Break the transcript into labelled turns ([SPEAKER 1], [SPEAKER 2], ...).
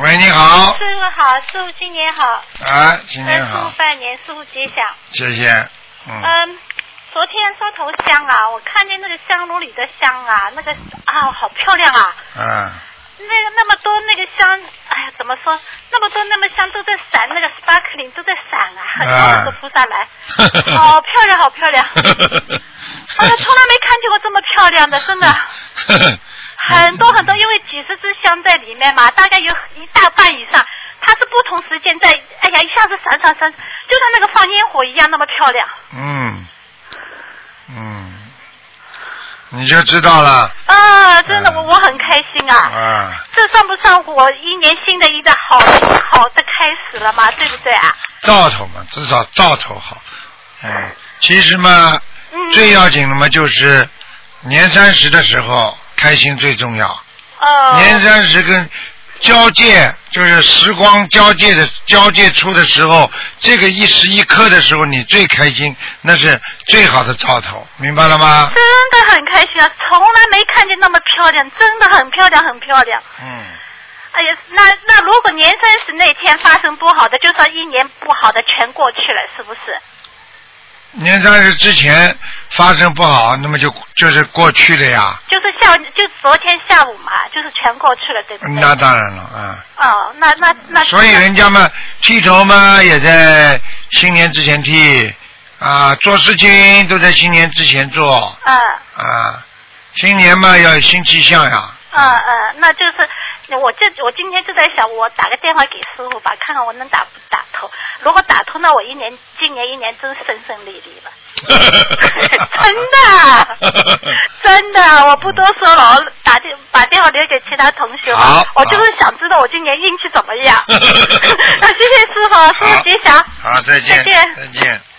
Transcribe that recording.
[SPEAKER 1] 喂，你好，
[SPEAKER 2] 师傅好，师傅新年好，
[SPEAKER 1] 啊，新
[SPEAKER 2] 跟
[SPEAKER 1] 年
[SPEAKER 2] 师傅
[SPEAKER 1] 好，
[SPEAKER 2] 拜年，师傅吉祥。
[SPEAKER 1] 谢谢，嗯，
[SPEAKER 2] 嗯，昨天烧头香啊，我看见那个香炉里的香啊，那个啊，好漂亮啊！
[SPEAKER 1] 啊，
[SPEAKER 2] 那个那么多那个香，哎呀，怎么说？那么多那么香都在闪，那个 sparkling 都在闪啊，很多
[SPEAKER 1] 啊
[SPEAKER 2] 很多菩 萨来，好啊漂亮，好漂亮！我从来没看见过这么漂亮的，真的。很多很多，因为几十支香在里面嘛，大概有一大半以上，它是不同时间在，哎呀，一下子闪闪闪，就像那个放烟火一样那么漂亮。
[SPEAKER 1] 嗯，嗯，你就知道了
[SPEAKER 2] 啊，真的，
[SPEAKER 1] 嗯
[SPEAKER 2] 我我很开心啊！
[SPEAKER 1] 啊，
[SPEAKER 2] 这算不算我一年新的一个好好的开始了嘛？对不对啊？
[SPEAKER 1] 兆头嘛，至少兆头好，嗯，其实嘛，
[SPEAKER 2] 嗯。
[SPEAKER 1] 最要紧的嘛就是年三十的时候开心最重要，
[SPEAKER 2] 呃。
[SPEAKER 1] 年三十跟交界，就是时光交界的交界处的时候，这个一时一刻的时候，你最开心，那是最好的兆头，明白了吗？
[SPEAKER 2] 真的很开心啊！从来没看见那么漂亮，真的很漂亮，很漂亮。
[SPEAKER 1] 嗯，
[SPEAKER 2] 哎呀，那那如果年三十那天发生不好的，就算一年不好的全过去了，是不是？
[SPEAKER 1] 年三十之前发生不好，那么就就是过去了呀。
[SPEAKER 2] 就是下午，就昨天下午嘛，就是全过去了，对不对？
[SPEAKER 1] 那当然了啊、
[SPEAKER 2] 哦，那那那。
[SPEAKER 1] 所以人家嘛，剃头嘛也在新年之前剃，啊，做事情都在新年之前做，
[SPEAKER 2] 嗯
[SPEAKER 1] 啊，新年嘛要有新气象呀。
[SPEAKER 2] 嗯嗯，那就是。我这我今天就在想，我打个电话给师傅吧，看看我能打不打通。如果打通了，我一年今年一年真顺顺利利 了。真的，真的，我不多说了，我打电把电话留给其他同学吧
[SPEAKER 1] 好。
[SPEAKER 2] 我就是想知道我今 年 运气怎么样。那谢谢师傅，师
[SPEAKER 1] 好
[SPEAKER 2] 傅吉祥。
[SPEAKER 1] 好，再见，
[SPEAKER 2] 再见
[SPEAKER 1] 再见。